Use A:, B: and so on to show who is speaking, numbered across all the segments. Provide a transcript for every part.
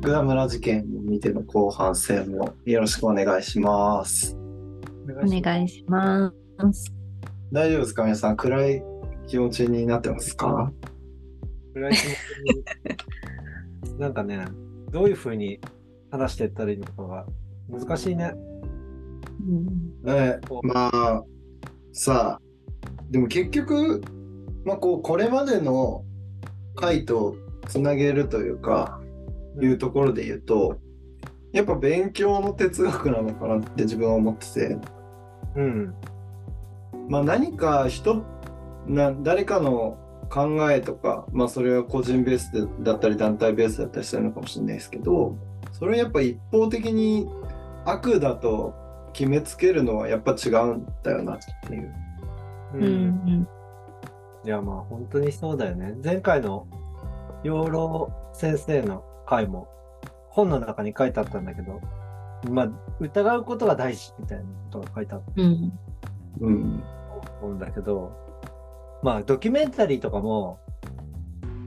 A: 福田村事件を見ての後半戦もよろしくお願いします。
B: お願いします。
A: 大丈夫ですか皆さん暗い気持ちになってますか
C: 暗い気持ちになんかね、どういうふうに話していったらいいのかが難しいね。
B: うん
A: ねまあさあでも結局、まあ、こうこれまでの回とつなげるというかいうところで言うとやっぱ勉強の哲学なのかなって自分は思ってて。
C: うん。
A: まあ、何か人な誰かの考えとか、まあ、それは個人ベースでだったり団体ベースだったりするのかもしれないですけどそれをやっぱ一方的に悪だと決めつけるのはやっぱ違うんだよなっていう。
C: う。
B: うんん
C: いや、まあ本当にそうだよね。前回の養老先生の回も本の中に書いてあったんだけど、まあ疑うことが大事みたいなことが書いてあった
B: うん
A: うん、
C: と思うんだけど、まあドキュメンタリーとかも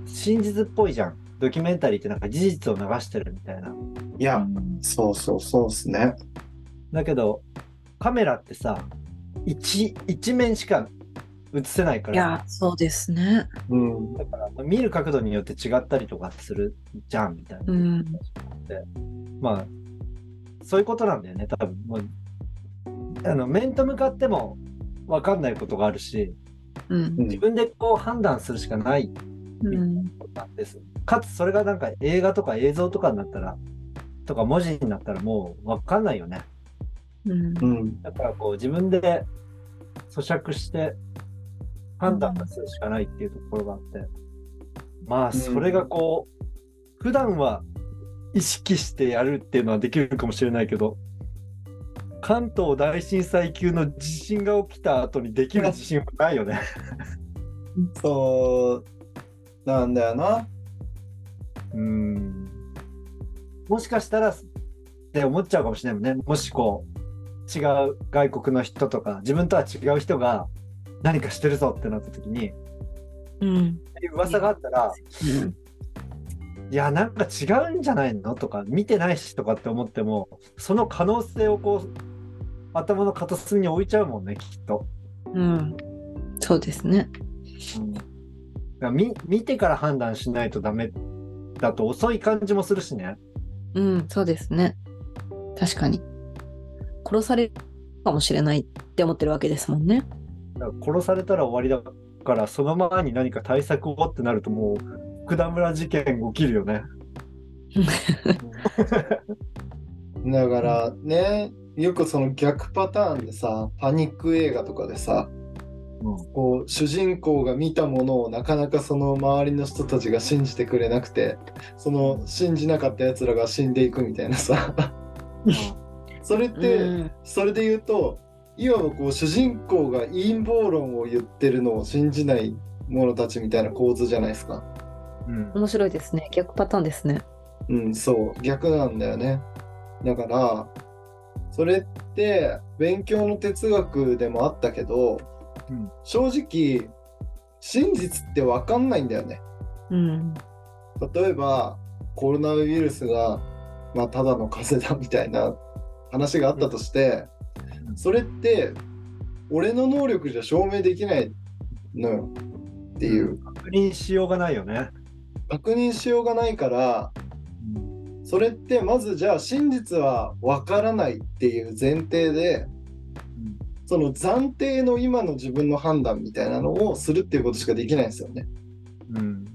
C: 真実っぽいじゃん。ドキュメンタリーってなんか事実を流してるみたいな。
A: いやそうそうそうですね。
C: だけどカメラってさ一一面しか映せないか
B: い
C: ら
B: やそうですね。
A: うん、
C: だからまあ見る角度によって違ったりとかするじゃんみたいな、
B: うん
C: まあそういうことなんだよね多分もうあの面と向かっても分かんないことがあるし
B: うん
C: 自分でこう判断するしかない
B: うん
C: なんですかつそれがなんか映画とか映像とかになったらとか文字になったらもう分かんないよね
B: うん
A: うん、
C: だからこう自分で咀嚼して判断するしかないっていうところがあって、まあそれがこう、普段は意識してやるっていうのはできるかもしれないけど関東大震災級の地震が起きた後にできる自信はないよね。
A: そうなんだよな。
C: うんもしかしたらって思っちゃうかもしれないもんねもしこう違う外国の人とか自分とは違う人が何かしてるぞってなった時に
B: うん
C: っていう噂があったら、いや、なんか違うんじゃないのとか、見てないしとかって思っても、その可能性をこう、頭の片隅に置いちゃうもんね、きっと。
B: うんそうです
C: だ
B: ね。
C: から見見てから判断しないとダメだと遅い感じもするしね。
B: うんそうですね。確かに殺されるかもしれないって思ってるわけですもんね。
C: だから殺されたら終わりだから、その前に何か対策をってなると、もう、福田村事件起きるよね。
A: だからねよくその逆パターンでさパニック映画とかでさこう主人公が見たものをなかなかその周りの人たちが信じてくれなくてその信じなかったやつらが死んでいくみたいなさ それって、
B: うん
A: それで言うといわばこう主人公が陰謀論を言ってるのを信じない者たちみたいな構図じゃないですか。
C: うん
B: 面白いですね。逆パターンですね。
A: うん、そう逆なんだよね。だからそれって勉強の哲学でもあったけど、
C: うん
A: 正直真実って分かんないんだよね。
B: うん
A: 例えばコロナウイルスが、まあ、ただの風邪だみたいな話があったとして、
C: うん
A: それって俺の能力じゃ証明できないのよっていう
C: 確認しようがないよね。
A: 確認しようがないからそれってまずじゃあ真実はわからないっていう前提で
C: うん
A: その暫定の今の自分の判断みたいなのをするっていうことしかできないんですよね。
C: うん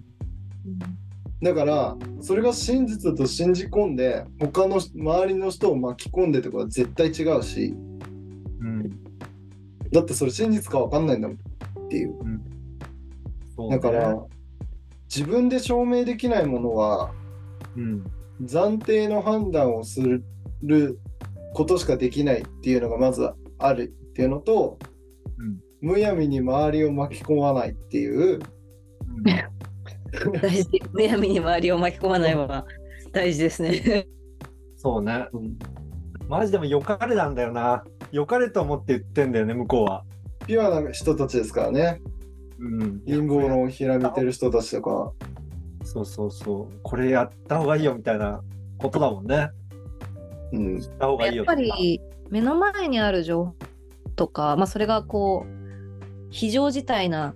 A: だからそれが真実だと信じ込んで他の周りの人を巻き込んでとかは絶対違うし
C: うん
A: だってそれ真実か分かんないんだもんっていう
C: そうね
A: だから、自分で証明できないものは
C: うん、
A: 暫定の判断をすることしかできないっていうのがまずあるっていうのと、
C: うん
A: むやみに周りを巻き込まないっていう
B: 大事。むやみに周りを巻き込まないのは大事ですね。
C: そうね。マジでも良かれなんだよな。良かれと思って言ってんだよね、向こうは。
A: ピュアな人たちですからね
C: うん。
A: 陰謀論をひらめてる人たちとか
C: そうそうそう。これやった方がいいよみたいなことだもんね。
A: うん
C: 知った方がいい
B: や
C: よ
B: っぱり目の前にある情報とか、まあ、それがこう非常事態な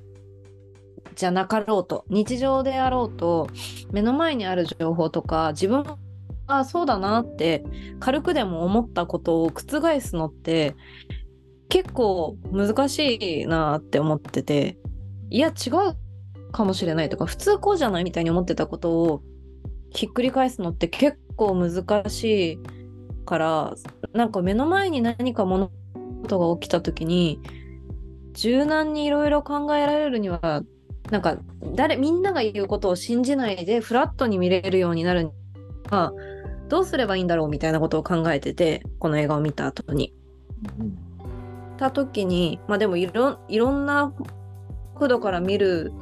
B: じゃなかろうと日常であろうと目の前にある情報とか自分がそうだなって軽くでも思ったことを覆すのって結構難しいなって思ってていや違うかもしれないとか普通こうじゃないみたいに思ってたことをひっくり返すのって結構難しいからなんか目の前に何か物事が起きた時に柔軟にいろいろ考えられるにはなんか誰みんなが言うことを信じないでフラットに見れるようになるにはどうすればいいんだろうみたいなことを考えててこの映画を見た後に。
C: うん
B: った時にまあでもいろんいろんな角度から見る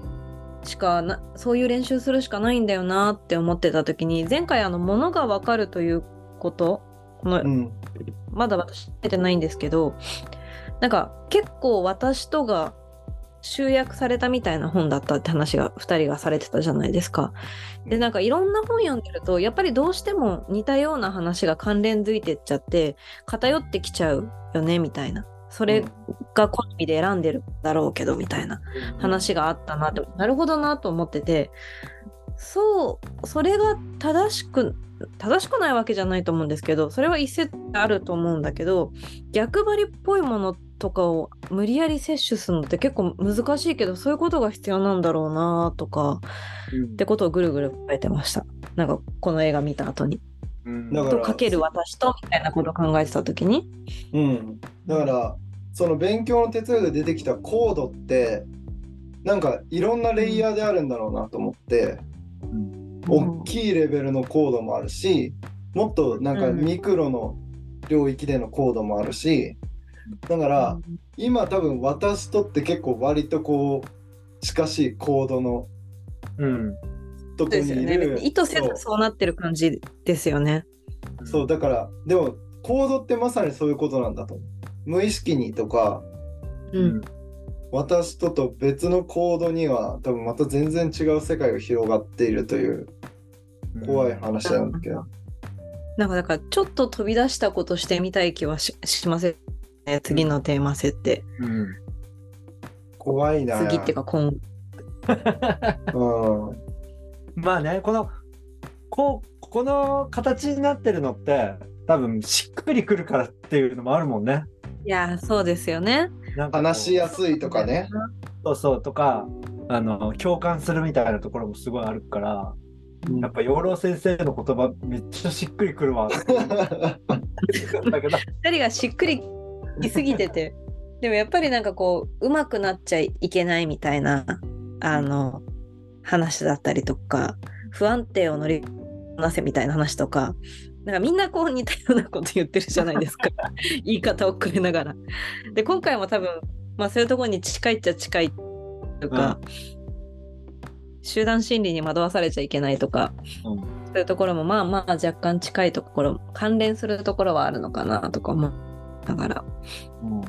B: しかなそういう練習するしかないんだよなって思ってた時に前回あの物が分かるということこの
A: うん
B: まだ私出てないんですけどなんか結構私とが集約されたみたいな本だったって話が2人がされてたじゃないですか。でなんかいろんな本読んでるとやっぱりどうしても似たような話が関連づいてっちゃって偏ってきちゃうよねみたいなそれが好みで選んでるだろうけどみたいな話があったなとなるほどなと思っててそうそれが正しく正しくないわけじゃないと思うんですけどそれは一説あると思うんだけど逆張りっぽいものとかを無理やり摂取するのって結構難しいけどそういうことが必要なんだろうなとかってことをぐるぐる考えてましたなんかこの映画見た後に。
C: うん
A: だ
B: とかける私とみたいなことを考えてた時に。
A: うん、だからその勉強の哲学で出てきたコードってなんかいろんなレイヤーであるんだろうなと思って、
B: うん
A: 大きいレベルのコードもあるしもっとなんか
B: うん
A: ミクロの領域でのコードもあるしだから今多分私とって結構割とこう近しいコードの
C: うん
A: と
B: そう
A: こ
B: で
A: に
B: す
A: い
B: よ
A: る、
B: ね。別に意図せず
A: そう
B: そうなってる感じですよね。
A: そうだからでもコードってまさにそういうことなんだと思う無意識にとか
B: うん。
A: 私とと別の行動には多分また全然違う世界が広がっているという怖い話なんだけど、
B: なんかだからちょっと飛び出したことしてみたい気はししませんね。次のテーマ設定。
C: うん
A: 怖いな
B: 次っていうか今後。
A: うんうん
C: まあねこのこうこの形になってるのって多分しっくりくるからっていうのもあるもんね。
B: いやーそうですよね。
C: なんかこう
A: 話しやすいとかね。
C: そうそうとかあの共感するみたいなところもすごいあるから
A: うん
C: やっぱ養老先生の言葉めっちゃしっくりくるわって言うんだけど
B: 二人がしっくりきすぎててでもやっぱりなんかこう上手くなっちゃいけないみたいなあの話だったりとか不安定を乗りこなせみたいな話とかなんかみんなこう似たようなこと言ってるじゃないで すか言い方をくれながら。で今回も多分、まあ、そういうところに近いっちゃ近いとか、集団心理に惑わされちゃいけないとか
C: うん
B: そういうところもまあまあ若干近いところ関連するところはあるのかなとか思いながら
C: うん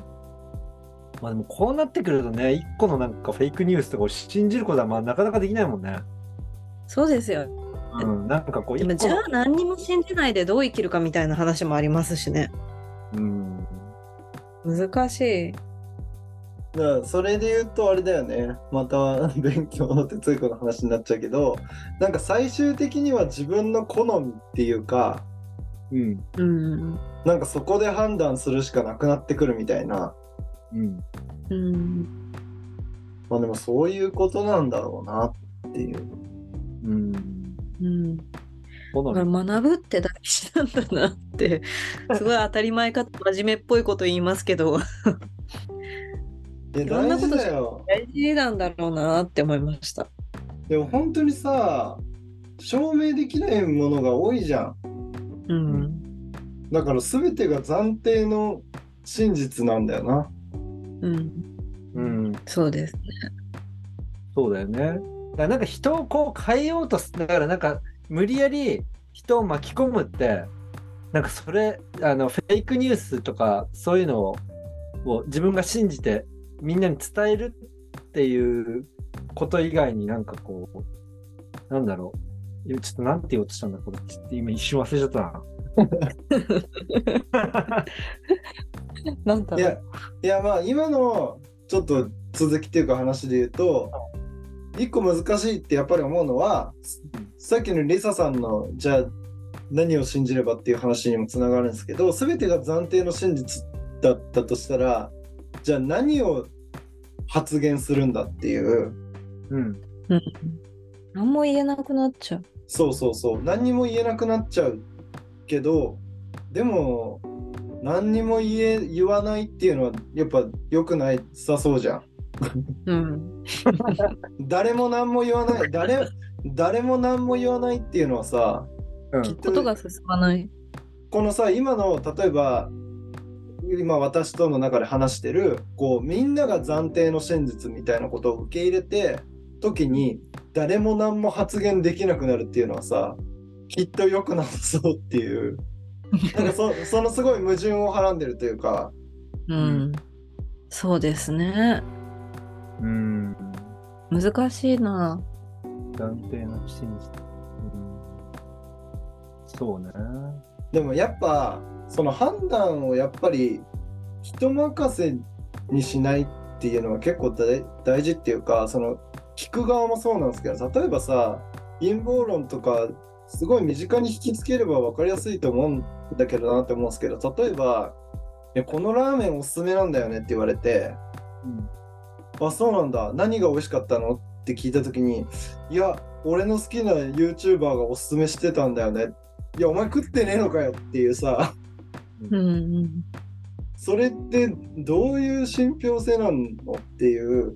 C: まあでもこうなってくるとね一個のなんかフェイクニュースとかを信じることはまあなかなかできないもんね。
B: そうですよ
C: うん、なんかこう
B: で
C: 一個の
B: もじゃあ何にも信じないでどう生きるかみたいな話もありますしね
C: うん
B: 難しい
A: だからそれで言うとあれだよねまた勉強の哲学の話になっちゃうけどなんか最終的には自分の好みっていうか
C: うん
B: うん
A: なんかそこで判断するしかなくなってくるみたいな
C: うん
B: うん
A: まあでもそういうことなんだろうなっていう
C: うん
B: うん、だ
C: 好み
B: から学ぶって大事なんだな ってすごい当たり前かつ真面目っぽいこと言いますけど
A: いや
B: いろんな
A: 大
B: こと
A: 事だよ
B: 大事なんだろうなって思いました
A: でも本当にさ証明できないものが多いじゃん
B: うん
A: だから全てが暫定の真実なんだよな
B: うん
C: うん、
B: そうです
C: そうだよね。だからなんか人をこう変えようとすだからなんか無理やり人を巻き込むってなんかそれあのフェイクニュースとかそういうのをを自分が信じてみんなに伝えるっていうこと以外になんかこうなんだろういやちょっとなんて言おうとしたんだこれちょっと今一瞬忘れちゃったな。
B: なんだ
A: い
B: ろう
A: やいやまあ今のちょっと続きっていうか話で言うと一個難しいってやっぱり思うのはさっきのリサさんのじゃあ何を信じればっていう話にもつながるんですけど全てが暫定の真実だったとしたらじゃあ何を発言するんだっていう
C: うん。
B: 何も言えなくなっちゃう。
A: そうそうそう何にも言えなくなっちゃうけどでも何にも言え言わないっていうのはやっぱ良くないさそうじゃん。
B: うん。
A: 誰も何も言わ ない誰誰も何も言わないっていうのはさ
C: うん
A: きっと
B: ことが進まない。
A: このさ今の例えば今私との中で話してるこうみんなが暫定の真実みたいなことを受け入れて時に誰も何も発言できなくなるっていうのはさきっと良くなさそうっていうなんかそそのすごい矛盾をはらんでるというか
B: うん。そうですね。
C: うん。
B: 難しいな。
C: 暫定の真実。うん、そうね。
A: でもやっぱその判断をやっぱり人任せにしないっていうのは結構大大事っていうかその聞く側もそうなんですけど例えばさ陰謀論とかすごい身近に引きつければ分かりやすいと思うんだけどなって思うんですけど例えばいや「このラーメンおすすめなんだよね」って言われて
C: うん
A: あそうなんだ何が美味しかったのって聞いた時にいや俺の好きな YouTuber がおすすめしてたんだよねいやお前食ってねえのかよっていうさ
B: うんうん。
A: それってどういう信憑性なのっていう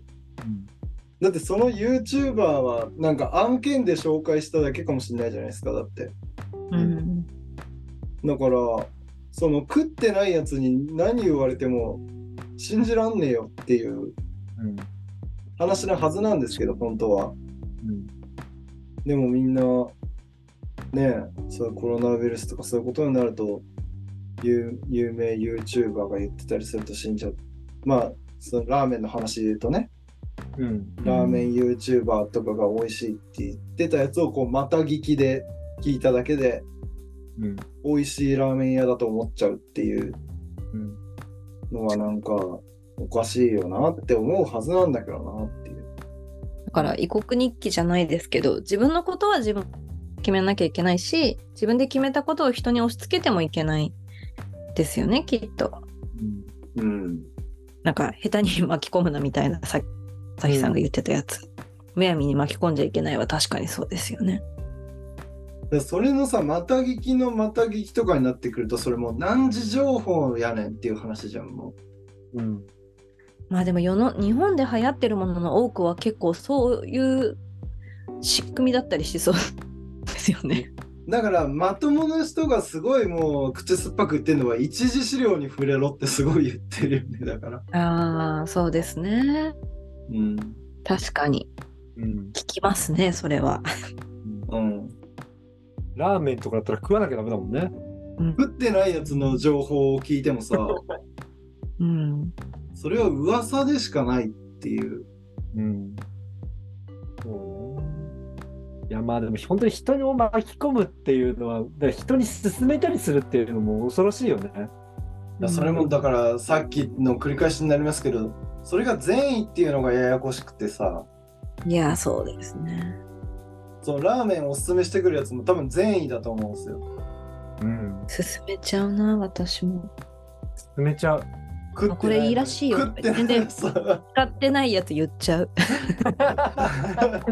A: だってその YouTuber はなんか案件で紹介しただけかもしれないじゃないですかだって
B: うん
A: だからその食ってないやつに何言われても信じらんねえよっていう
C: うん。
A: 話なはずなんですけど本当は
C: うん。
A: でもみんなねえそういうコロナウイルスとかそういうことになると有有名 YouTuber が言ってたりすると信じちゃうまあそのラーメンの話で言うとね
C: うん。
A: ラーメン YouTuber とかが美味しいって言ってたやつをこうまた聞きで聞いただけで
C: うん。
A: 美味しいラーメン屋だと思っちゃうっていう
C: うん。
A: のはなんかおかしいよなって思うはずなんだけどなっていう。
B: だから異国日記じゃないですけど自分のことは自分決めなきゃいけないし自分で決めたことを人に押し付けてもいけないですよねきっと
C: うん
A: うん、
B: なんか下手に巻き込むなみたいなささひさんが言ってたやつ、むやみに巻き込んじゃいけないは確かにそうですよね
A: でそれのさまた聞きのまた聞きとかになってくるとそれもう何時情報やねんっていう話じゃんも
C: うん。
B: まあでも世の日本で流行ってるものの多くは結構そういう仕組みだったりしそうですよね
A: うだからまともな人がすごいもう口酸っぱく言ってんのは一次資料に触れろってすごい言ってるよねだから、
B: ああそうですね
A: うん
B: 確かに
C: うん。
B: 聞きますねそれは
A: うん、
C: ラーメンとかだったら食わなきゃダメだもんね。
A: 食ってないやつの情報を聞いてもさ
B: うん
A: それは噂でしかないっていう
C: うん。そうね。いやまあでも本当に人を巻き込むっていうのは、だから人に勧めたりするっていうのも恐ろしいよね。
A: いやそれもだからさっきの繰り返しになりますけどそれが善意っていうのがややこしくてさ
B: いや、そうですね。
A: そのラーメンをおすすめしてくるやつも多分善意だと思うんですよ
C: うん。
B: 進めちゃうな、私も。
C: 勧めち ゃう。
A: 食ってない
B: これいいらしいよ
A: 食って ないさ
B: 使ってないやつ言っちゃう。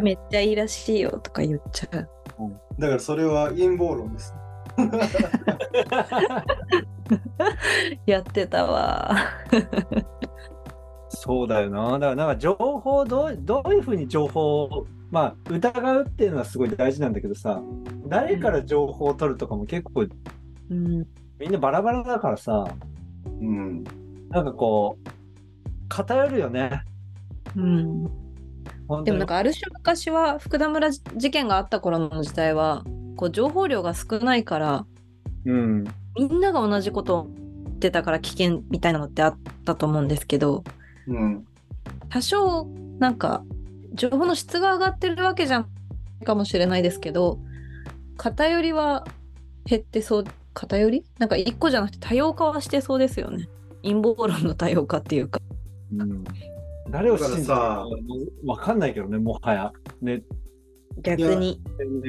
B: めっちゃいいらしいよとか言っちゃう。
A: だからそれは陰謀論です
B: やってたわ。
C: そうだよな。だからなんか情報をどうどういうふうに情報を、まあ、疑うっていうのはすごい大事なんだけどさ、誰から情報を取るとかも結構
B: うん。
C: みんなバラバラだからさ、
A: うん
C: なんかこう、偏るよね。
B: うん、
C: 本
B: で
C: 当
B: もな
C: に
B: ん。かある種昔は福田村事件があった頃の時代はこう情報量が少ないから
C: うん。
B: みんなが同じことを言ってたから危険みたいなのってあったと思うんですけど
A: うん
B: 多少なんか情報の質が上がってるわけじゃないかもしれないですけど偏りは減ってそう偏りなんか一個じゃなくて多様化はしてそうですよね陰謀論の多様化っていうか
C: うん誰を信じてる
A: だからさ
C: か分かんないけどね、もはや。ね、
B: 逆に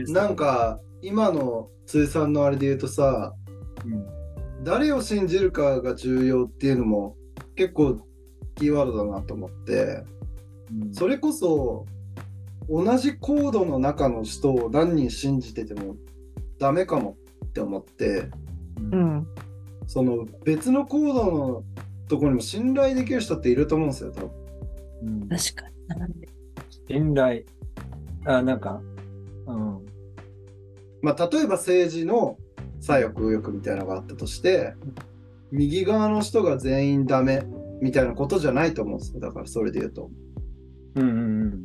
A: なん、か今の辻さんのあれで言うとさ
C: うん
A: 誰を信じるかが重要っていうのも結構キーワードだなと思って
C: うん
A: それこそ同じコードの中の人を何人信じててもダメかもって思って
B: うん
A: その別のコードのとこにも信頼できる人っていると思うんですよ多分
C: うん
B: 確かに
C: 信頼。あ、なんか、うん。
A: まあ、例えば政治の左翼右翼みたいなのがあったとして右側の人が全員ダメみたいなことじゃないと思うんですよだからそれで言うと
C: うんうん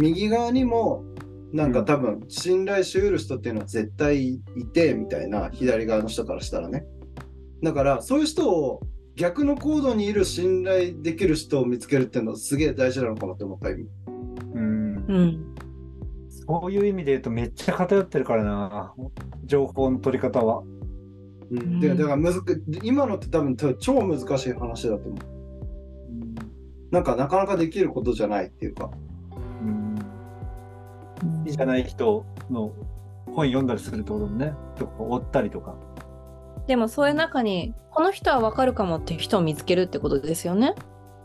A: 右側にもなんか多分信頼しうる人っていうのは絶対いてみたいな左側の人からしたらねだからそういう人を逆のコードにいる信頼できる人を見つけるっていうのはすげえ大事なのかなって思った今
C: うん。うん
B: うん
C: そういう意味で言うとめっちゃ偏ってるからな、情報の取り方は。
A: うん、でだからむずく今のって多分超難しい話だと思うなんかなかなかできることじゃないっていうか
C: うん
B: うん
C: じゃない人の本読んだりするってこともね、とか追ったりとか。
B: でもそういう中にこの人はわかるかもって人を見つけるってことですよね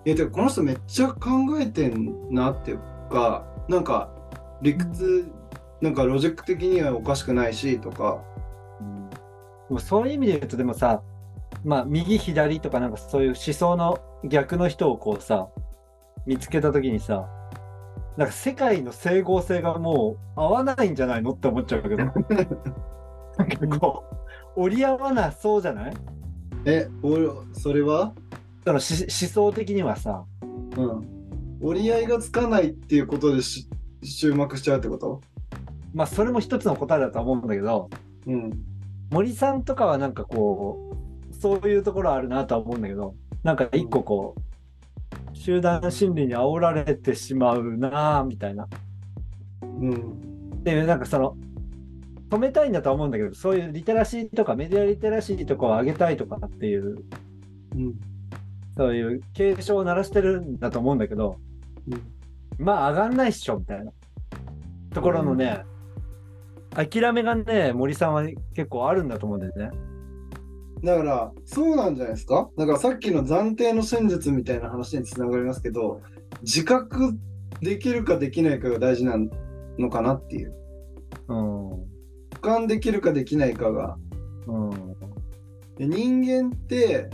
A: いやてかこの人めっちゃ考えてんなっていうかなんか理屈、なんかロジック的にはおかしくないしとか
C: うんでもそういう意味で言うとでもさ、まあ、右左とかなんかそういう思想の逆の人をこうさ見つけた時にさなんか世界の整合性がもう合わないんじゃないのって思っちゃうけどなんかこう折り合わなそうじゃない
A: え俺それは、
C: そのし思想的にはさ
A: うん、折り合いがつかないっていうことでし終幕しちゃうってこと
C: まあそれも一つの答えだとは思うんだけど
A: うん
C: 森さんとかはなんかこうそういうところあるなとは思うんだけどなんか一個こう集団心理に煽られてしまうなあみたいな
A: うん
C: でなんかその止めたいんだとは思うんだけどそういうリテラシーとかメディアリテラシーとかを上げたいとかっていう
A: うん
C: そういう警鐘を鳴らしてるんだと思うんだけど
A: うん
C: まあ上がんないっしょみたいなところのね、諦めがね森さんは結構あるんだと思うんだよね。
A: だからそうなんじゃないですかだからさっきの暫定の真実みたいな話につながりますけど自覚できるかできないかが大事なのかなっていう
C: うん
A: 俯瞰できるかできないかが
C: うん
A: で人間って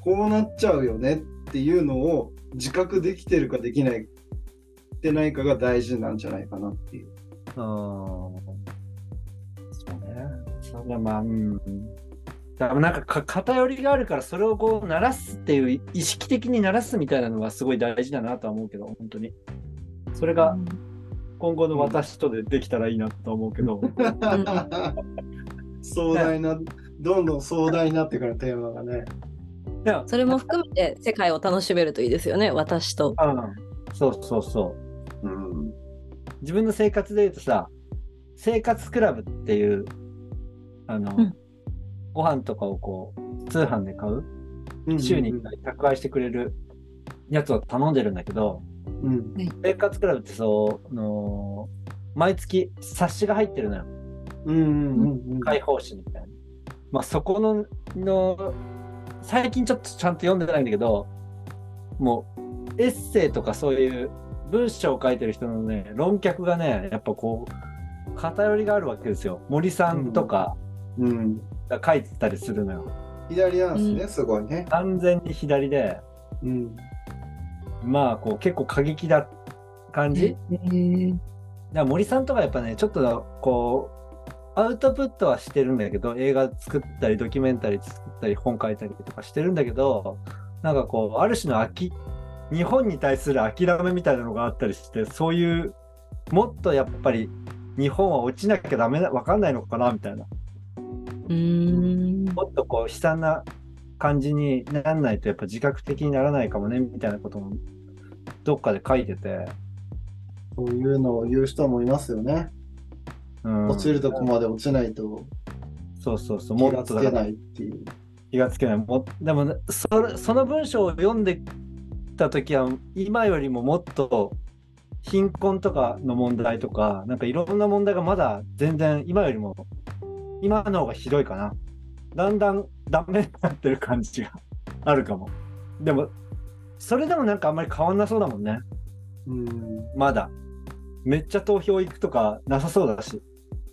A: こうなっちゃうよねっていうのを自覚できてるかできないってないかが大事なんじゃないかなっていう。
C: あーそうね。それはまあ、うん。だからなんかか偏りがあるから、それをこう、鳴らすっていう、意識的に鳴らすみたいなのはすごい大事だなとは思うけど、本当に。それが今後の私とでできたらいいなとは思うけ ど、
A: 壮大な、どんどん壮大になってくるテーマがね。
C: でも
B: それも含めて世界を楽しめるといいですよね私と
C: うんそうそうそう。
A: うん。
C: 自分の生活で言うとさ、生活クラブっていう、あの、
B: うん
C: ご飯とかをこう、通販で買う週に1回宅配してくれるやつを頼んでるんだけど、
A: うん。
C: 生活クラブってその、毎月冊子が入ってるのよ。
A: うんうんうんうん。
C: 解放誌みたいな。まあそこの、の、最近ちょっとちゃんと読んでないんだけど、もうエッセイとかそういう文章を書いてる人のね、論客がね、やっぱこう、偏りがあるわけですよ。森さんとか
A: うん。
C: が書いてたりするのよ。
A: 左なんですね、
B: う
A: すごいね。
C: 完全に左で、
A: うん。
C: まあこう結構過激な感じ、だから森さんとかやっぱねちょっとこうアウトプットはしてるんだけど映画作ったりドキュメンタリー作ったり本書いたりとかしてるんだけどなんかこうある種の飽き日本に対する諦めみたいなのがあったりしてそういうもっとやっぱり日本は落ちなきゃダメな分かんないのかなみたいな
B: うん
C: もっとこう悲惨な感じになんないとやっぱ自覚的にならないかもねみたいなこともどっかで書いてて。
A: そういうのを言う人もいますよね。
C: うん
A: 落ちるとこまで落ちないと
C: そうそうそう。
A: 気
C: もう
A: が
C: あ
A: つ
C: とだ
A: け
C: から
A: ないっていう。
C: 気がつけない。もうでもねそれ、その文章を読んでた時は、今よりももっと貧困とかの問題とか、なんかいろんな問題がまだ全然今よりも、今の方がひどいかな。だんだんダメになってる感じがあるかも。でも、それでもなんかあんまり変わんなそうだもんね。
A: うん
C: まだ。めっちゃ投票行くとかなさそうだし、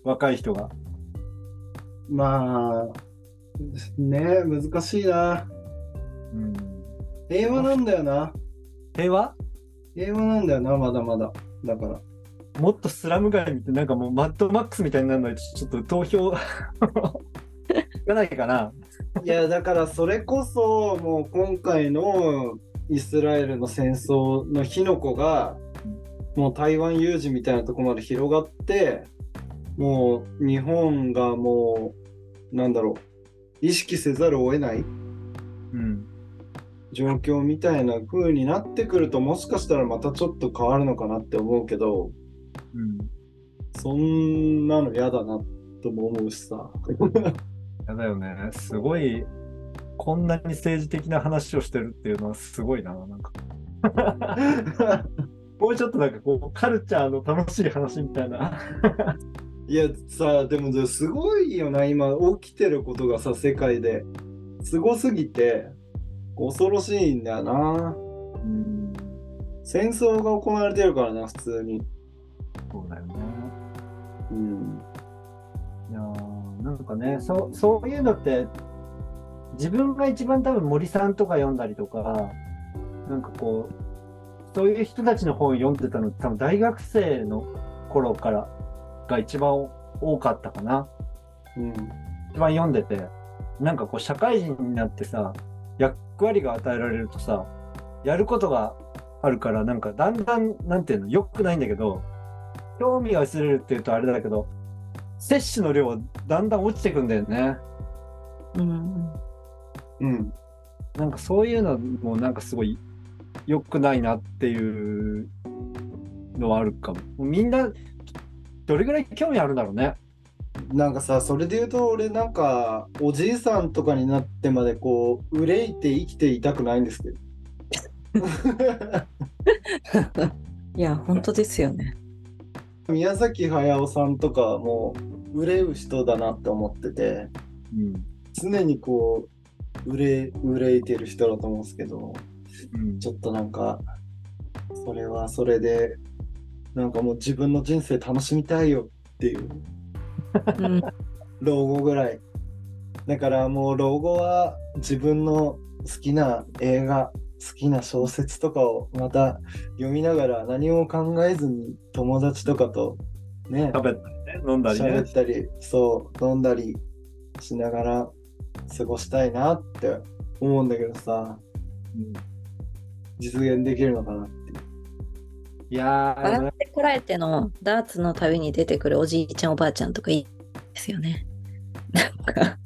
C: 若い人が。
A: まあね難しいな
C: うん、
A: 平和なんだよな
C: 平和
A: 平和なんだよなまだまだだから
C: もっとスラム街みたいな、なんかもうマッドマックスみたいになるのに、ちょっと投 票いかないかな。
A: いやだからそれこそもう今回のイスラエルの戦争の火の粉がもう台湾有事みたいなとこまで広がってもう日本がもうなんだろう意識せざるを得ない
C: うん。
A: 状況みたいな風になってくるともしかしたらまたちょっと変わるのかなって思うけど
C: うん。
A: そんなの嫌だなとも思うしさ
C: やだよね。すごい、こんなに政治的な話をしてるっていうのはすごいな。なんか、もうちょっとなんかこう、カルチャーの楽しい話みたいな。
A: いやさでもすごいよな今起きてることがさ世界ですごすぎて恐ろしいんだよな
C: うん。
A: 戦争が行われてるからな普通に、
C: そうだよね。
A: うん、
C: いやーなんかね、そう、そういうのって、自分が一番多分森さんとか読んだりとか、なんかこう、そういう人たちの本読んでたのって多分大学生の頃からが一番多かったかな。
A: うん、
C: 一番読んでて、なんかこう社会人になってさ、役割が与えられるとさ、やることがあるから、なんかだんだん、なんていうの、良くないんだけど、興味が薄れるっていうとあれだけど、摂取の量はだんだん落ちてくんだよね。
B: うん
A: うん、
C: なんかそういうのもなんかすごい良くないなっていうのはあるかも。もうみんな、どれぐらい興味あるんだろうね。
A: なんかさそれで言うと俺なんかおじいさんとかになってまでこう憂いて生きていたくないんですけど
B: いや本当ですよね。
A: 宮崎駿さんとかも憂う人だなって思ってて
C: うん。
A: 常にこう憂い憂いてる人だと思うんですけど
C: うん
A: ちょっとなんかそれはそれでなんかもう自分の人生楽しみたいよっていう
B: うん
A: 老後ぐらいだからもう老後は自分の好きな映画好きな小説とかをまた読みながら何も考えずに友達とかとね
C: 食べたりね、飲んだりね
A: 喋。ったりそう飲んだりしながら過ごしたいなって思うんだけどさ
C: うん
A: 実現できるのかなっていう
C: いやー、
B: 笑ってこらえてのダーツの旅に出てくるおじいちゃんおばあちゃんとかいいですよ ね。なんか、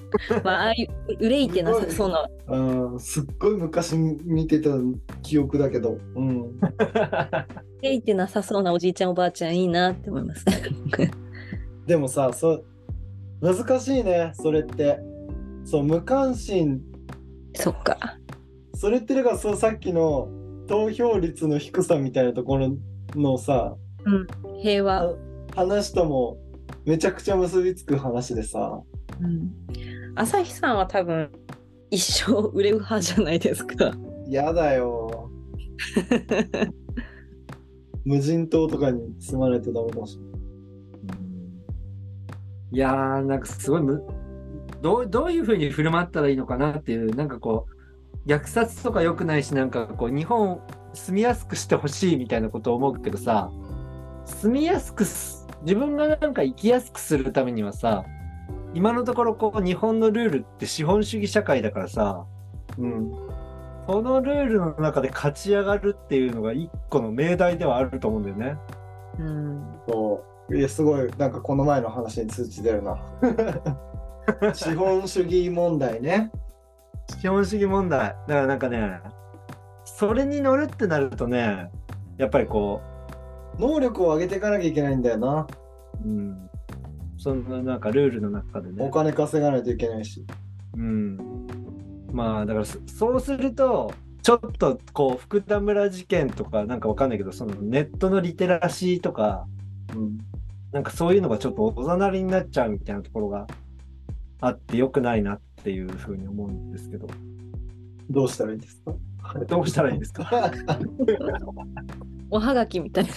B: まあ、ああいう憂いてなさそうな
A: うんすっごい昔見てた記憶だけど、うん、
B: 憂いてなさそうなおじいちゃんおばあちゃんいいなって思い ます。
A: でもさそう難しいねそれってそう無関心
B: そっか。
A: それってだからそうさっきの投票率の低さみたいなところのさ
B: 平和。
A: 話ともめちゃくちゃ結びつく話でさ
B: うん。朝日さんは多分一生売れる派じゃないです か。
A: やだよ無人島とかに住まれてダメかもしれない
C: いやー、なんかすごいむどう、どういうふうに振る舞ったらいいのかなっていう、なんかこう、虐殺とか良くないし、なんかこう、日本住みやすくしてほしいみたいなことを思うけどさ、住みやすくす、自分がなんか生きやすくするためにはさ、今のところこう、日本のルールって資本主義社会だからさ、
A: うん
C: このルールの中で勝ち上がるっていうのが一個の命題ではあると思うんだよね。
B: うん。
A: そういやすごいなんかこの前の話に通知出るな資本主義問題ね
C: 資本主義問題だからなんかねそれに乗るってなるとねやっぱりこ
A: 能力を上げていかなきゃいけないんだよな
C: う、うん、そんななんかルールの中で
A: お
C: ね。
A: 金稼がないといけないし。
C: うん。まあだからそそうすると、ちょっとこう福田村事件とかなんかわかんないけど、そのネットのリテラシーとか、
A: うん。
C: なんかそういうのがちょっとおざなりになっちゃうみたいなところがあって良くないなっていうふうに思うんですけど、
A: どうしたらいいですか
C: どうしたらいいですか
B: おはがきみたい な。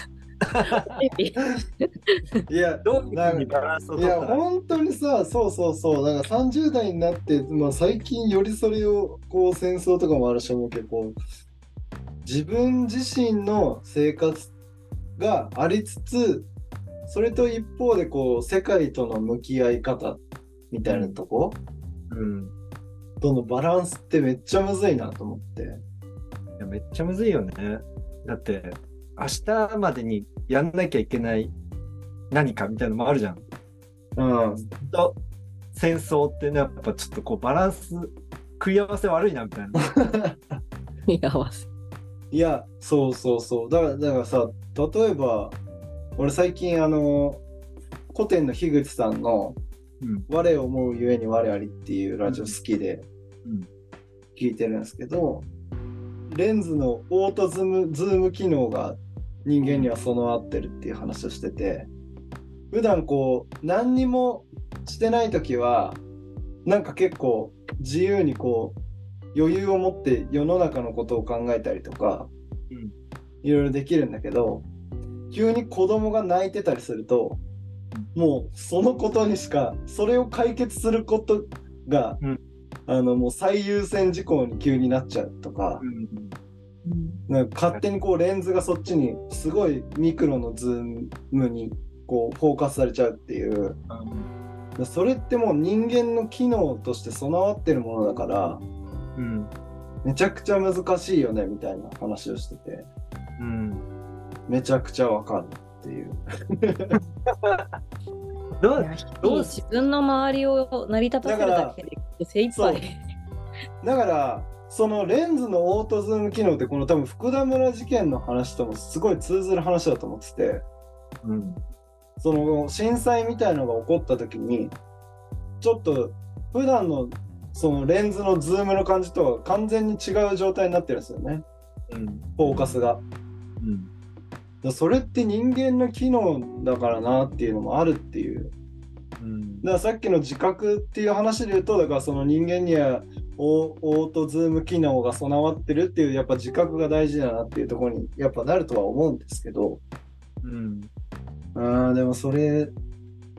A: いや、
C: どういうふうにバランスを
A: い
C: 取っ
A: や
C: たら
A: 本当にさそうそうそうだから30代になって、まあ、最近よりそれをこう戦争とかもあるし思うけどこう自分自身の生活がありつつそれと一方でこう世界との向き合い方みたいなとこ
C: うん。
A: とのバランスってめっちゃむずいなと思って
C: いやめっちゃむずいよね。だって、明日までにやんなきゃいけない何かみたいなのもあるじゃん。
A: うん
C: と戦争ってね、やっぱちょっとこうバランス、食い合わせ悪いなみたいな。
B: 見合わせ。
A: いやそうそうそうだからだからさ例えば俺最近あの古典の樋口さんの
C: う
A: 「
C: ん
A: 我思うゆえに我あり」っていうラジオ好きで
C: うん
A: 聞いてるんですけど、レンズのオートズームズーム機能が人間には備わってるっていう話をしてて普段こう何にもしてない時はなんか結構自由にこう余裕を持って世の中のことを考えたりとか、
C: うん
A: いろいろできるんだけど急に子供が泣いてたりするともうそのことにしかそれを解決することが、
C: うん
A: あのもう最優先事項に急になっちゃうとか,、なんか勝手にこうレンズがそっちにすごいミクロのズームにこうフォーカスされちゃうっていうそれってもう人間の機能として備わってるものだから
C: うん。
A: めちゃくちゃ難しいよねみたいな話をしてて
C: うん。
A: めちゃくちゃわかるっていう。
C: ど
B: いうや
C: どう
B: 自分の周りを成り立たせるだけで精一杯。
A: だからそのレンズのオートズーム機能ってこの多分福田村事件の話ともすごい通ずる話だと思ってて
C: うん。
A: その震災みたいのが起こった時にちょっと普段のそのレンズのズームの感じとは完全に違う状態になってるんですよね
C: うん。
A: フォーカスが。
C: うん。
A: だそれって人間の機能だからなっていうのもあるっていう
C: うん
A: だからさっきの自覚っていう話で言うとだからその人間にはオオートズーム機能が備わってるっていうやっぱ自覚が大事だなっていうところにやっぱなるとは思うんですけど
C: うん。
A: あーでもそれ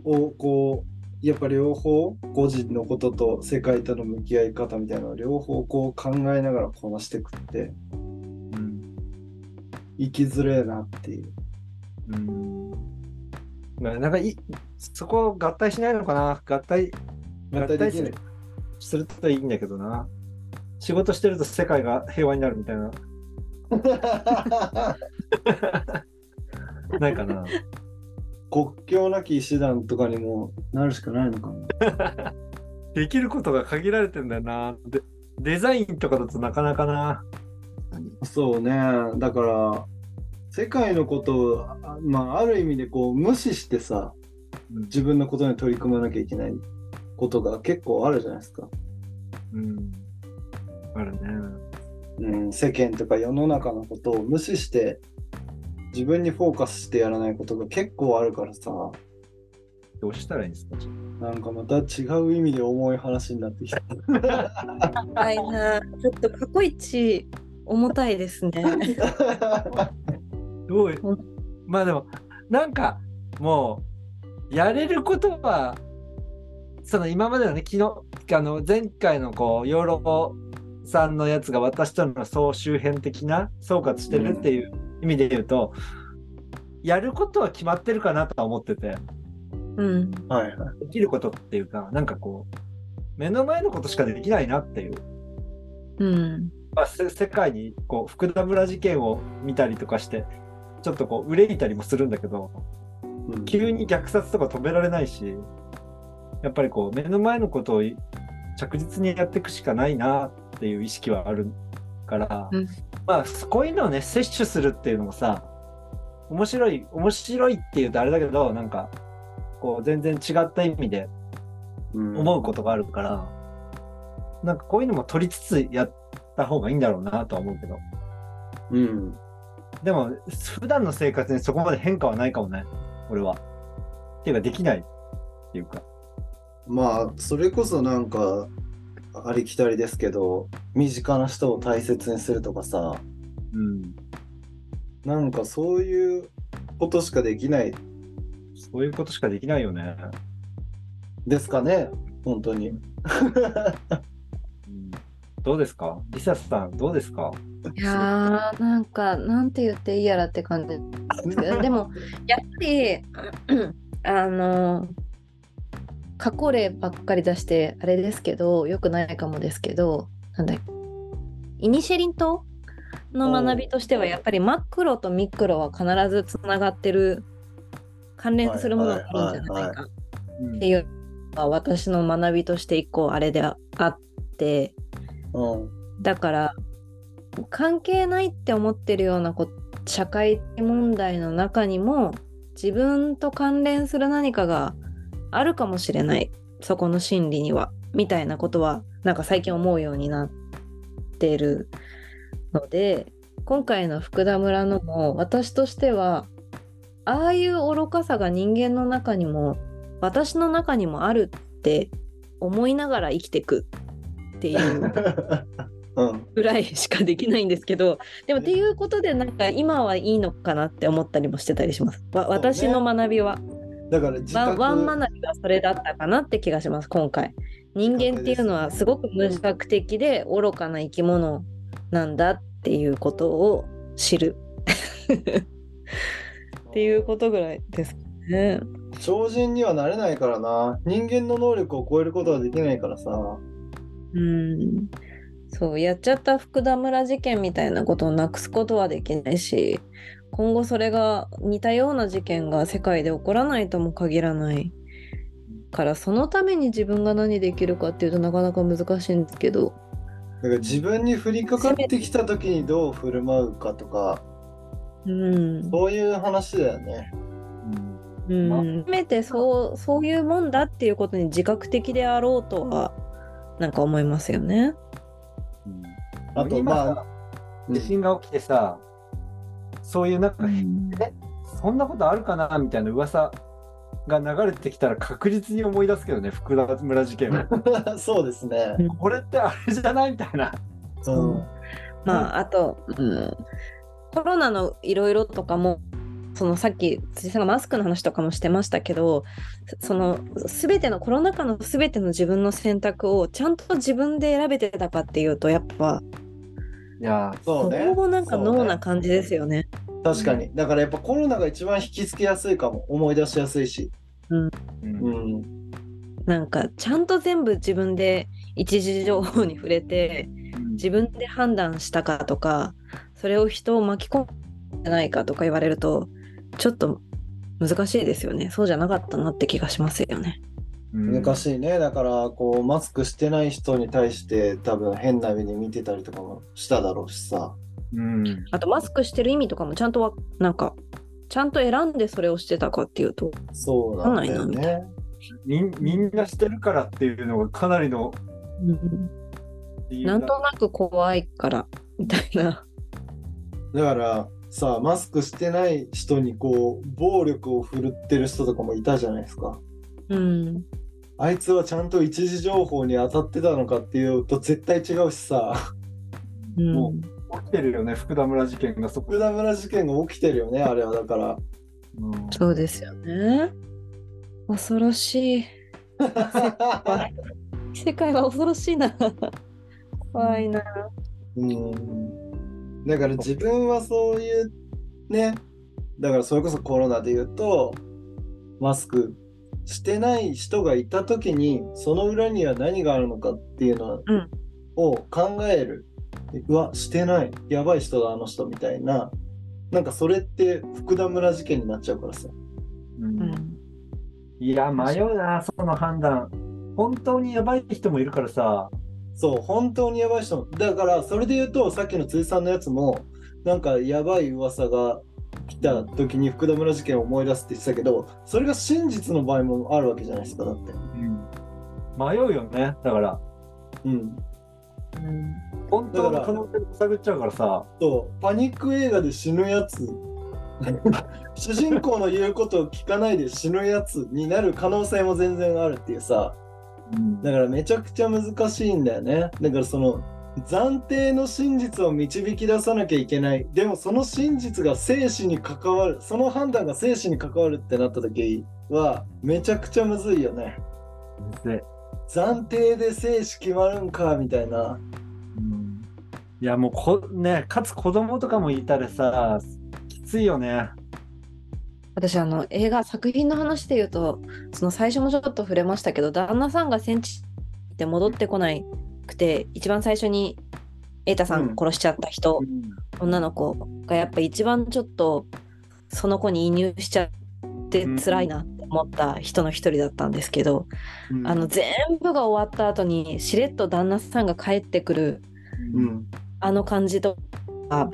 A: をこうやっぱ両方個人のことと世界との向き合い方みたいなのを両方こう考えながらこなしてくって
C: うん。
A: 生きづれえなっていう
C: うん。まあなんかい、そこ合体しないのかな合体
A: 合体でき
C: す
A: ない
C: るするといいんだけどな。仕事してると世界が平和になるみたいな。ないかな。
A: 国境なき医師団とかにもなるしかないのかも
C: できることが限られてんだよな。でデザインとかだとなかなかな。
A: そうねだから世界のことをあまあある意味でこう無視してさ
C: うん
A: 自分のことに取り組まなきゃいけないことが結構あるじゃないですか、
C: うん。あるね。
A: うん、世間とか世の中のことを無視して自分にフォーカスしてやらないことが結構あるからさ
C: どうしたらいいんですか
A: なんかまた違う意味で重い話になってき た
B: 深いな。ちょっと過去一重たいですね。
C: どういう
B: うん
C: まあでも、なんかもう、やれることは、その今までのね、昨日、あの前回のこう、ヨーロッさんのやつが私との総集編的な総括してるっていう意味で言うと、やることは決まってるかなとは思ってて。
B: うん。
A: はいはい
C: できることっていうか、なんかこう、目の前のことしかできないなっていう、
B: うん。
C: まあ、せ世界にこう福田村事件を見たりとかして、ちょっとこう、憂いたりもするんだけど、
A: うん
C: 急に虐殺とか止められないし、やっぱりこう、目の前のことをい着実にやっていくしかないなっていう意識はあるから、
B: うん
C: まあ、こういうのをね、摂取するっていうのもさ、面白い、面白いっていうとあれだけど、なんか、こう全然違った意味で思うことがあるから、なんかこういうのも取りつつやった方がいいんだろうなとは思うけど
A: うん。
C: でも普段の生活にそこまで変化はないかもね俺はっていうかできないっていうか
A: まあ、それこそなんか、ありきたりですけど、身近な人を大切にするとかさ、
C: うん
A: なんかそういうことしかできない
C: そういうことしかできないよね、
A: ですかね、本当に。
C: うん、どうですかリサさんどうですか
B: いやーなんかなんて言っていいやらって感じで すけどでもやっぱりあの過去例ばっかり出してあれですけどよくないかもですけどなんだっけイニシェリン島の学びとしてはやっぱりマクロとミクロは必ずつながってる関連するものがあるんじゃないか
C: うん
B: っていうのが私の学びとして一個あれであって。
A: うん。
B: だから関係ないって思ってるようなこ社会問題の中にも自分と関連する何かがあるかもしれないそこの心理にはみたいなことはなんか最近思うようになってるので今回の福田村のも私としてはああいう愚かさが人間の中にも私の中にもあるって思いながら生きてくっていう。
A: うん。
B: ぐらいしかできないんですけどでもって いうことでなんか今はいいのかなって思ったりもしてたりしますわ
A: そうね
B: 私の学びは、
A: だから自
B: ワン
A: 覚
B: ワン学びはそれだったかなって気がします今回人間っていうのはすごく無自覚的で愚かな生き物なんだっていうことを知るっていうことぐらいですかね
A: 超人にはなれないからな人間の能力を超えることはできないからさ
B: うんそうやっちゃった福田村事件みたいなことをなくすことはできないし今後それが似たような事件が世界で起こらないとも限らないからそのために自分が何できるかっていうとなかなか難しいんですけど
A: だから自分に降りかかってきた時にどう振る舞うかとか
B: うん、
A: そういう話だよね
C: うん
B: うん、せめてそうそういうもんだっていうことに自覚的であろうとはなんか思いますよね。
C: うん
A: あと
C: 今さ
A: まあ
C: 地震が起きてさ、そういうなんか、そんなことあるかなみたいな噂が流れてきたら確実に思い出すけどね、福田村事件は。
A: うん そうですね
B: うん
C: これってあれじゃないみたいな。
A: うん
B: まあ、あと、うん、コロナのいろいろとかもそのさっき辻さんがマスクの話とかもしてましたけどその全てのコロナ禍の全ての自分の選択をちゃんと自分で選べてたかっていうとやっぱ
C: いや
A: そうね
B: ほぼなんか
A: そ
B: 脳
A: うね
B: な感じですよね。
A: 確かにだからやっぱコロナが一番引きつけやすいかも思い出しやすいし
C: ー、う
A: うんん
B: なんかちゃんと全部自分で一時情報に触れて自分で判断したかとかそれを人を巻き込んでないかとか言われるとちょっと難しいですよねそうじゃなかったなって気がしますよね。
C: うん
A: 難しいねだからこうマスクしてない人に対して多分変な目に見てたりとかもしただろうしさ
C: うん
B: あとマスクしてる意味とかもちゃんとわなんかちゃんと選んでそれをしてたかっていうと
A: そうなんだよ
B: わかんないなみ
A: ね
C: みんみんなしてるからっていうのがかなりの理由
B: なんとなく怖いからみたいな。
A: だからさマスクしてない人にこう暴力を振るってる人とかもいたじゃないですか
B: うん、
A: あいつはちゃんと一時情報に当たってたのかっていうと絶対違うしさ
B: うん
C: も起きてるよね、福田村事件がそこ
A: 福田村事件が起きてるよねあれはだから
C: うん
B: そうですよね。恐ろしい。 世界は恐ろしいな。 怖いな。
A: うんだから自分はそういうねだからそれこそコロナで言うとマスクしてない人がいた時にその裏には何があるのかっていうの
B: うん
A: を考える、うわしてないやばい人だあの人みたいななんかそれって福田村事件になっちゃうからさ
C: うん
B: うん
C: いや、迷うな、その判断。本当にやばい人もいるからさ。
A: そう本当にやばい人もだからそれで言うとさっきの辻さんのやつもなんかやばい噂が来た時に福田村事件を思い出すって言ってたけどそれが真実の場合もあるわけじゃないですかだって。
C: 迷うよね。だから、
A: うん、
B: うん
C: 本
A: だ
C: 当の
A: から
C: 可能性を探っちゃうからさ、
A: そうパニック映画で死ぬやつ 主人公の言うことを聞かないで死ぬやつになる可能性も全然あるっていうさだからめちゃくちゃ難しいんだよねだからその暫定の真実を導き出さなきゃいけないでもその真実が生死に関わるその判断が生死に関わるってなった時はめちゃくちゃむずいよね
C: で、
A: 暫定で生死決まるんかみたいない
C: やもうこ、ね、かつ子供とかもいたらさ、きついよね。
B: 私あの映画作品の話で言うとその最初もちょっと触れましたけど旦那さんが戦地で戻ってこなくて一番最初に瑛太さん殺しちゃった人、女の子がやっぱ一番ちょっとその子に移入しちゃって辛いなって思った人の一人だったんですけど、
A: うん
B: あの全部が終わった後にしれっと旦那さんが帰ってくる
A: うん
B: あの感じとか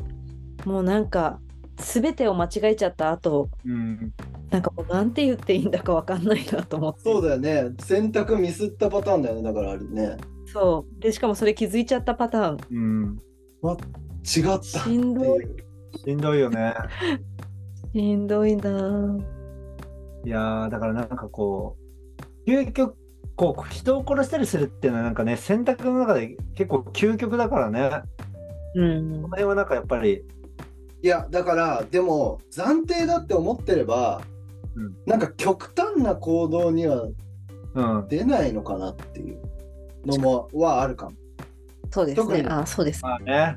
B: もうなんか全てを間違えちゃった後
C: うん
B: なんかもうなんて言っていいんだかわかんないなと思って
A: そうだよね選択ミスったパターンだよねだからあれね
B: そうでしかもそれ気づいちゃったパターン
C: うん、
A: 違ったって
B: し
A: い
B: んどいう
C: しんどいよね。
B: しんどいなぁ
C: いやーだからなんかこう究極こう人を殺したりするっていうのはなんかね選択の中で結構究極だからね
B: うん
C: この辺はなんかやっぱり
A: いやだからでも暫定だって思ってれば、
C: うん
A: なんか極端な行動には
C: うん
A: 出ないのかなっていうのもはあるかも
B: そうです
A: 特
B: ね
A: に
B: あそうです
C: まあね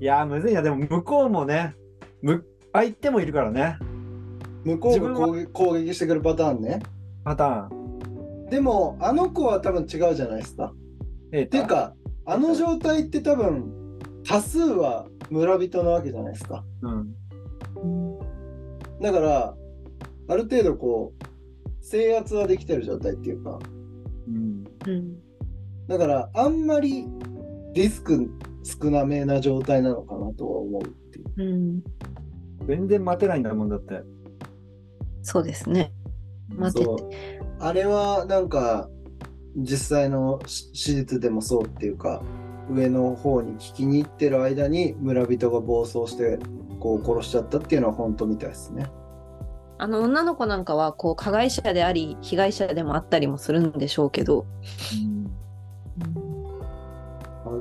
C: いやーむずいなでも向こうもねむ相手もいるからね
A: 向こうが攻撃攻撃してくるパターンね
C: パターン
A: でもあの子は多分違うじゃないですか
C: え
A: てかあの状態って多分多数は村人なわけじゃないですか
C: うん
A: だからある程度こう制圧はできてる状態っていうか
C: うん
B: うん
A: だからあんまりリスク少なめな状態なのかなとは思うっていう。
B: うん
C: 全然待てないんだもんだって
B: そうですね待てて
A: そうあれはなんか実際のし手術でもそうっていうか上の方に聞きに行ってる間に村人が暴走してこう殺しちゃったっていうのは本当みたいですね。
B: あの女の子なんかはこう加害者であり被害者でもあったりもするんでしょうけど、
C: うん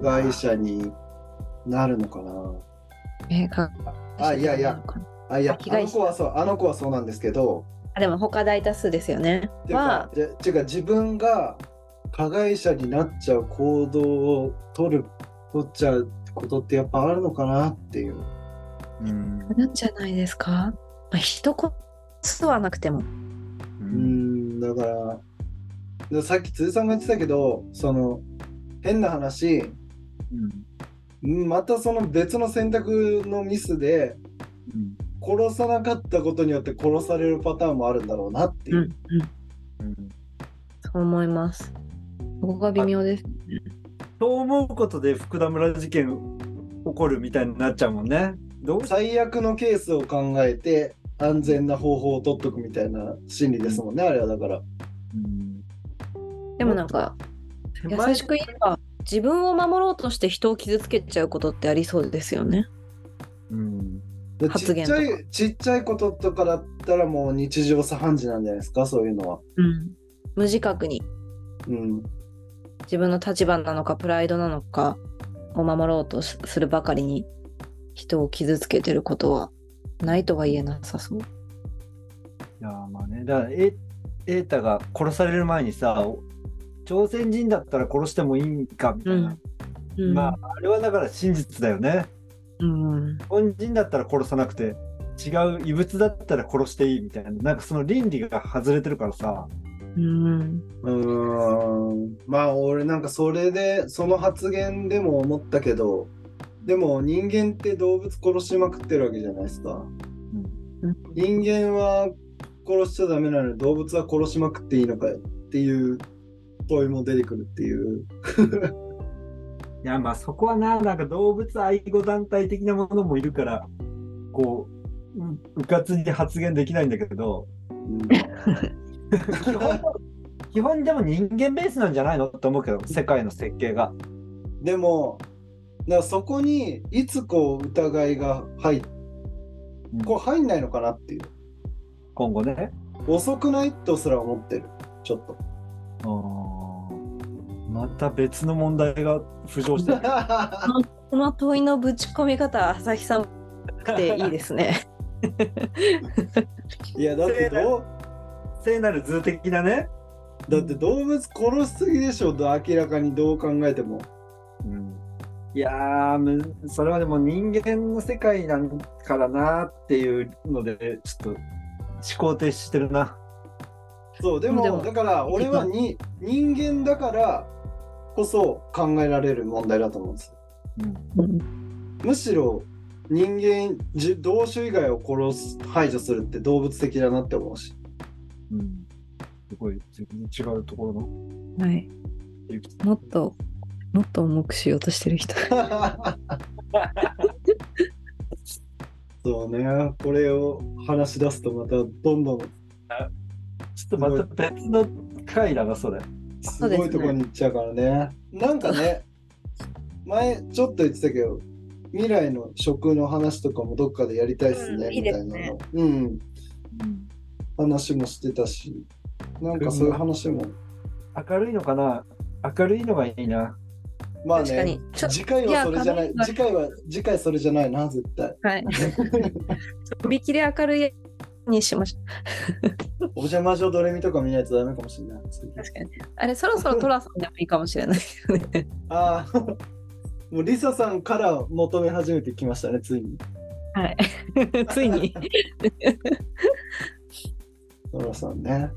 A: 加害者になるのかな
B: えー加
A: あ
B: 害者
A: いやいやあいや
B: あ被
A: あ
B: 害
A: の
B: 者
A: 子はそうあの子はそうなんですけど
B: あでも他大多数ですよね
A: ていうか
B: は
A: じゃていうか自分が加害者になっちゃう行動を取る取っちゃうことってやっぱあるのかなっていう
C: うん
B: なんじゃないですか、まあ、一言すはなくても
C: う
A: うー
C: ん
A: んだからでさっき辻さんが言ってたけどその変な話
C: うん
A: んまたその別の選択のミスで
C: うん
A: 殺さなかったことによって殺されるパターンもあるんだろうなっていう、
C: うん
B: そう思いますそこが微妙です
C: そう思うことで福田村事件起こるみたいになっちゃうもんねどうし
A: 最悪のケースを考えて安全な方法を取っとくみたいな心理ですもんねあれはだから
C: うん
B: でもなんか
C: 手前
B: 優しく言えば自分を守ろうとして人を傷つけちゃうことってありそうですよね
C: うん
A: でち
B: 発
A: っ
B: 言
A: ち
B: とか
A: ゃいちっちゃいこととかだったらもう日常茶飯事なんじゃないですかそういうのは。
B: うん無自覚に
A: うん、
B: 自分の立場なのかプライドなのかを守ろうとしするばかりに人を傷つけてることはないとは言えなさそう。
C: いやーまあねだからエエータが殺される前にさお朝鮮人だったら殺してもいいんかみたいな、
B: うん、
C: まああれはだから真実だよね
B: うん、
C: 日本人だったら殺さなくて違う異物だったら殺していいみたいななんかその倫理が外れてるからさ
B: うん、
A: うーんまあ俺なんかそれでその発言でも思ったけどでも人間って動物殺しまくってるわけじゃないですか。人間は殺しちゃダメなのに動物は殺しまくっていいのかよっていう問いも出てくるっていう。
C: いやまあそこはななんか動物愛護団体的なものもいるからこううかつに発言できないんだけど、
A: うん
C: 基本は基本でも人間ベースなんじゃないのと思うけど、世界の設計が。
A: でもだからそこにいつこう疑いが入っこう入んないのかなっていう
C: 今後ね。
A: 遅くないとすら思ってるちょ っと
C: あーまた別の問題が浮上してる
B: この問いのぶち込み方、朝日さんっていいですね。
A: いやだってどう
C: 聖なる図的なね。
A: だって動物殺しすぎでしょ明らかにどう考えても
C: いやーむそれはでも人間の世界なんからなーっていうのでちょっと思考停止してるな。
A: そうでも
B: でも
A: だから俺はに人間だからこそ考えられる問題だと思うんですよむしろ人間じ同種以外を殺す排除するって動物的だなって思う し
C: うんすごい全然違うところの。
B: はい、もっと、もっと重くしようとしてる人。
A: そうね、これを話し出すとまたどんどん
C: ちょっとまた別の回だなそれ。
A: すごいところに行っちゃうからね。なんかね、前ちょっと言ってたけど、未来の食の話とかもどっかでやりたいっすね、
B: うんいい
A: み
B: で
A: たい
B: す
A: な
B: ね
A: の。うん、話もしてたし、なんかそういう話も。
C: 明るいのかな明るいのがいいな。
A: まあ
B: 確か
A: ね
B: に、。ちょ
A: 次回はそれじゃないい
B: や、
A: 次回は、次回それじゃないな、絶対。
B: はい。とびきり明るいにしましょ
A: お邪魔女ドレミとか見ないとダメかもしれない。
B: う。確かに。あれ、そろそろトラさんでもいいかもしれないよね。
A: ああ、 もうリサさんから求め始めてきましたね、ついに。
B: はい。 ついに。
A: ノラさんね。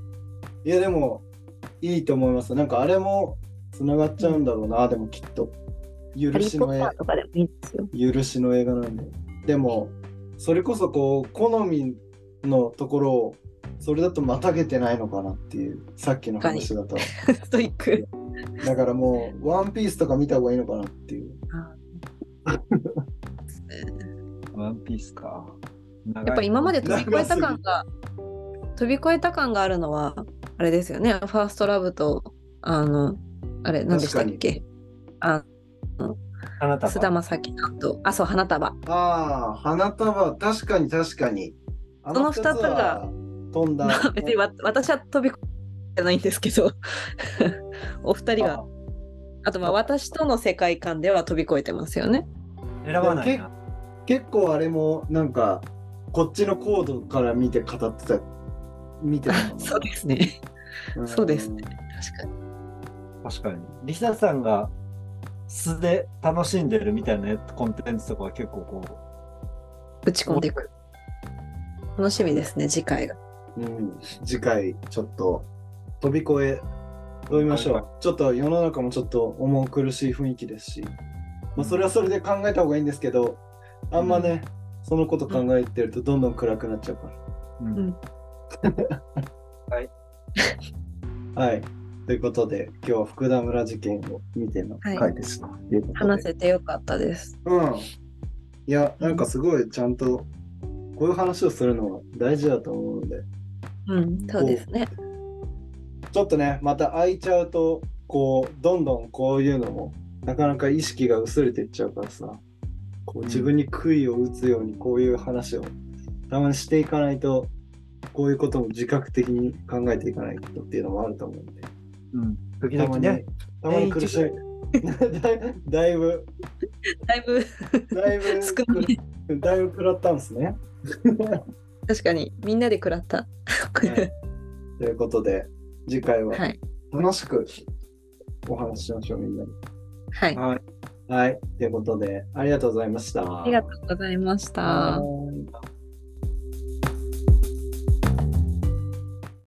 A: いや、でも、いいと思います。なんかあれも繋がっちゃうんだろうな、でもきっと。許
B: ハリ
A: し
B: ー・ポ
A: の
B: ッ
A: 絵
B: ターとかでもいいですよ。
A: 許しの映画なんで。でも、それこそこう、好みのところを、それだとまたげてないのかなっていう、さっきの話だと。
B: ストイック。
A: だからもう、ワンピースとか見た方がいいのかなっていう。
C: ワンピースか。
B: やっぱ今まで飛び越えた
A: 長す
B: 感が飛び越えた感があるのはあれですよね。ファーストラブとあのあれ何でしたっけ？あ
C: あなた
B: 菅田将暉さんとあそう花束。
A: ああ、花束、確かに確かに。あ
B: の
A: 二つは飛 んだ。
B: 別にわ私は飛び越えてないんですけど、 お二人はあとまあ私との世界観では飛び越えてますよね。
C: 選ばないな。
A: 結構あれもなんかこっちのコードから見て語ってた見てたかな
B: そうですね。
A: うん
B: そうですね確かに。
C: 確かに。リサさんが素で楽しんでるみたいなねコンテンツとかは結構こう。
B: ぶち込んでいく。楽しみですね次回が。
A: うん、次回ちょっと飛び越え飛びましょうちょっと世の中もちょっと重苦しい雰囲気ですし、まあ、それはそれで考えた方がいいんですけどあんまね、そのこと考えてるとどんどん暗くなっちゃうか
C: うん
B: うん
A: らはいということで今日は福田村事件を見ての
B: はい
A: 回でした、ということで
B: 話せてよかったです。
A: うん。いや、なんかすごいちゃんと、こういう話をするのは大事だと思うので、
B: うんそうですね。
A: ちょっとね、また開いちゃうと、こう、どんどんこういうのも、なかなか意識が薄れていっちゃうからさ、こう
C: うん
A: 自分に杭を打つようにこういう話をたまにしていかないと、こういうことも自覚的に考えていかないとっていうのもあると思うんで、
C: うん、時
A: たま
C: 々
A: に
C: ね、、
A: たまに苦しい。 だいだいぶ、
B: だいぶ
A: だいぶ、
B: 少ない。
A: だいぶ食らったんですね。
B: 確かにみんなで食らった。
A: はいということで、次回は
B: はい。
A: 楽しくお話ししましょう、みんなに。
B: はい。
C: はい、
A: はい。ということで、ありがとうございました。
B: ありがとうございました。
A: はい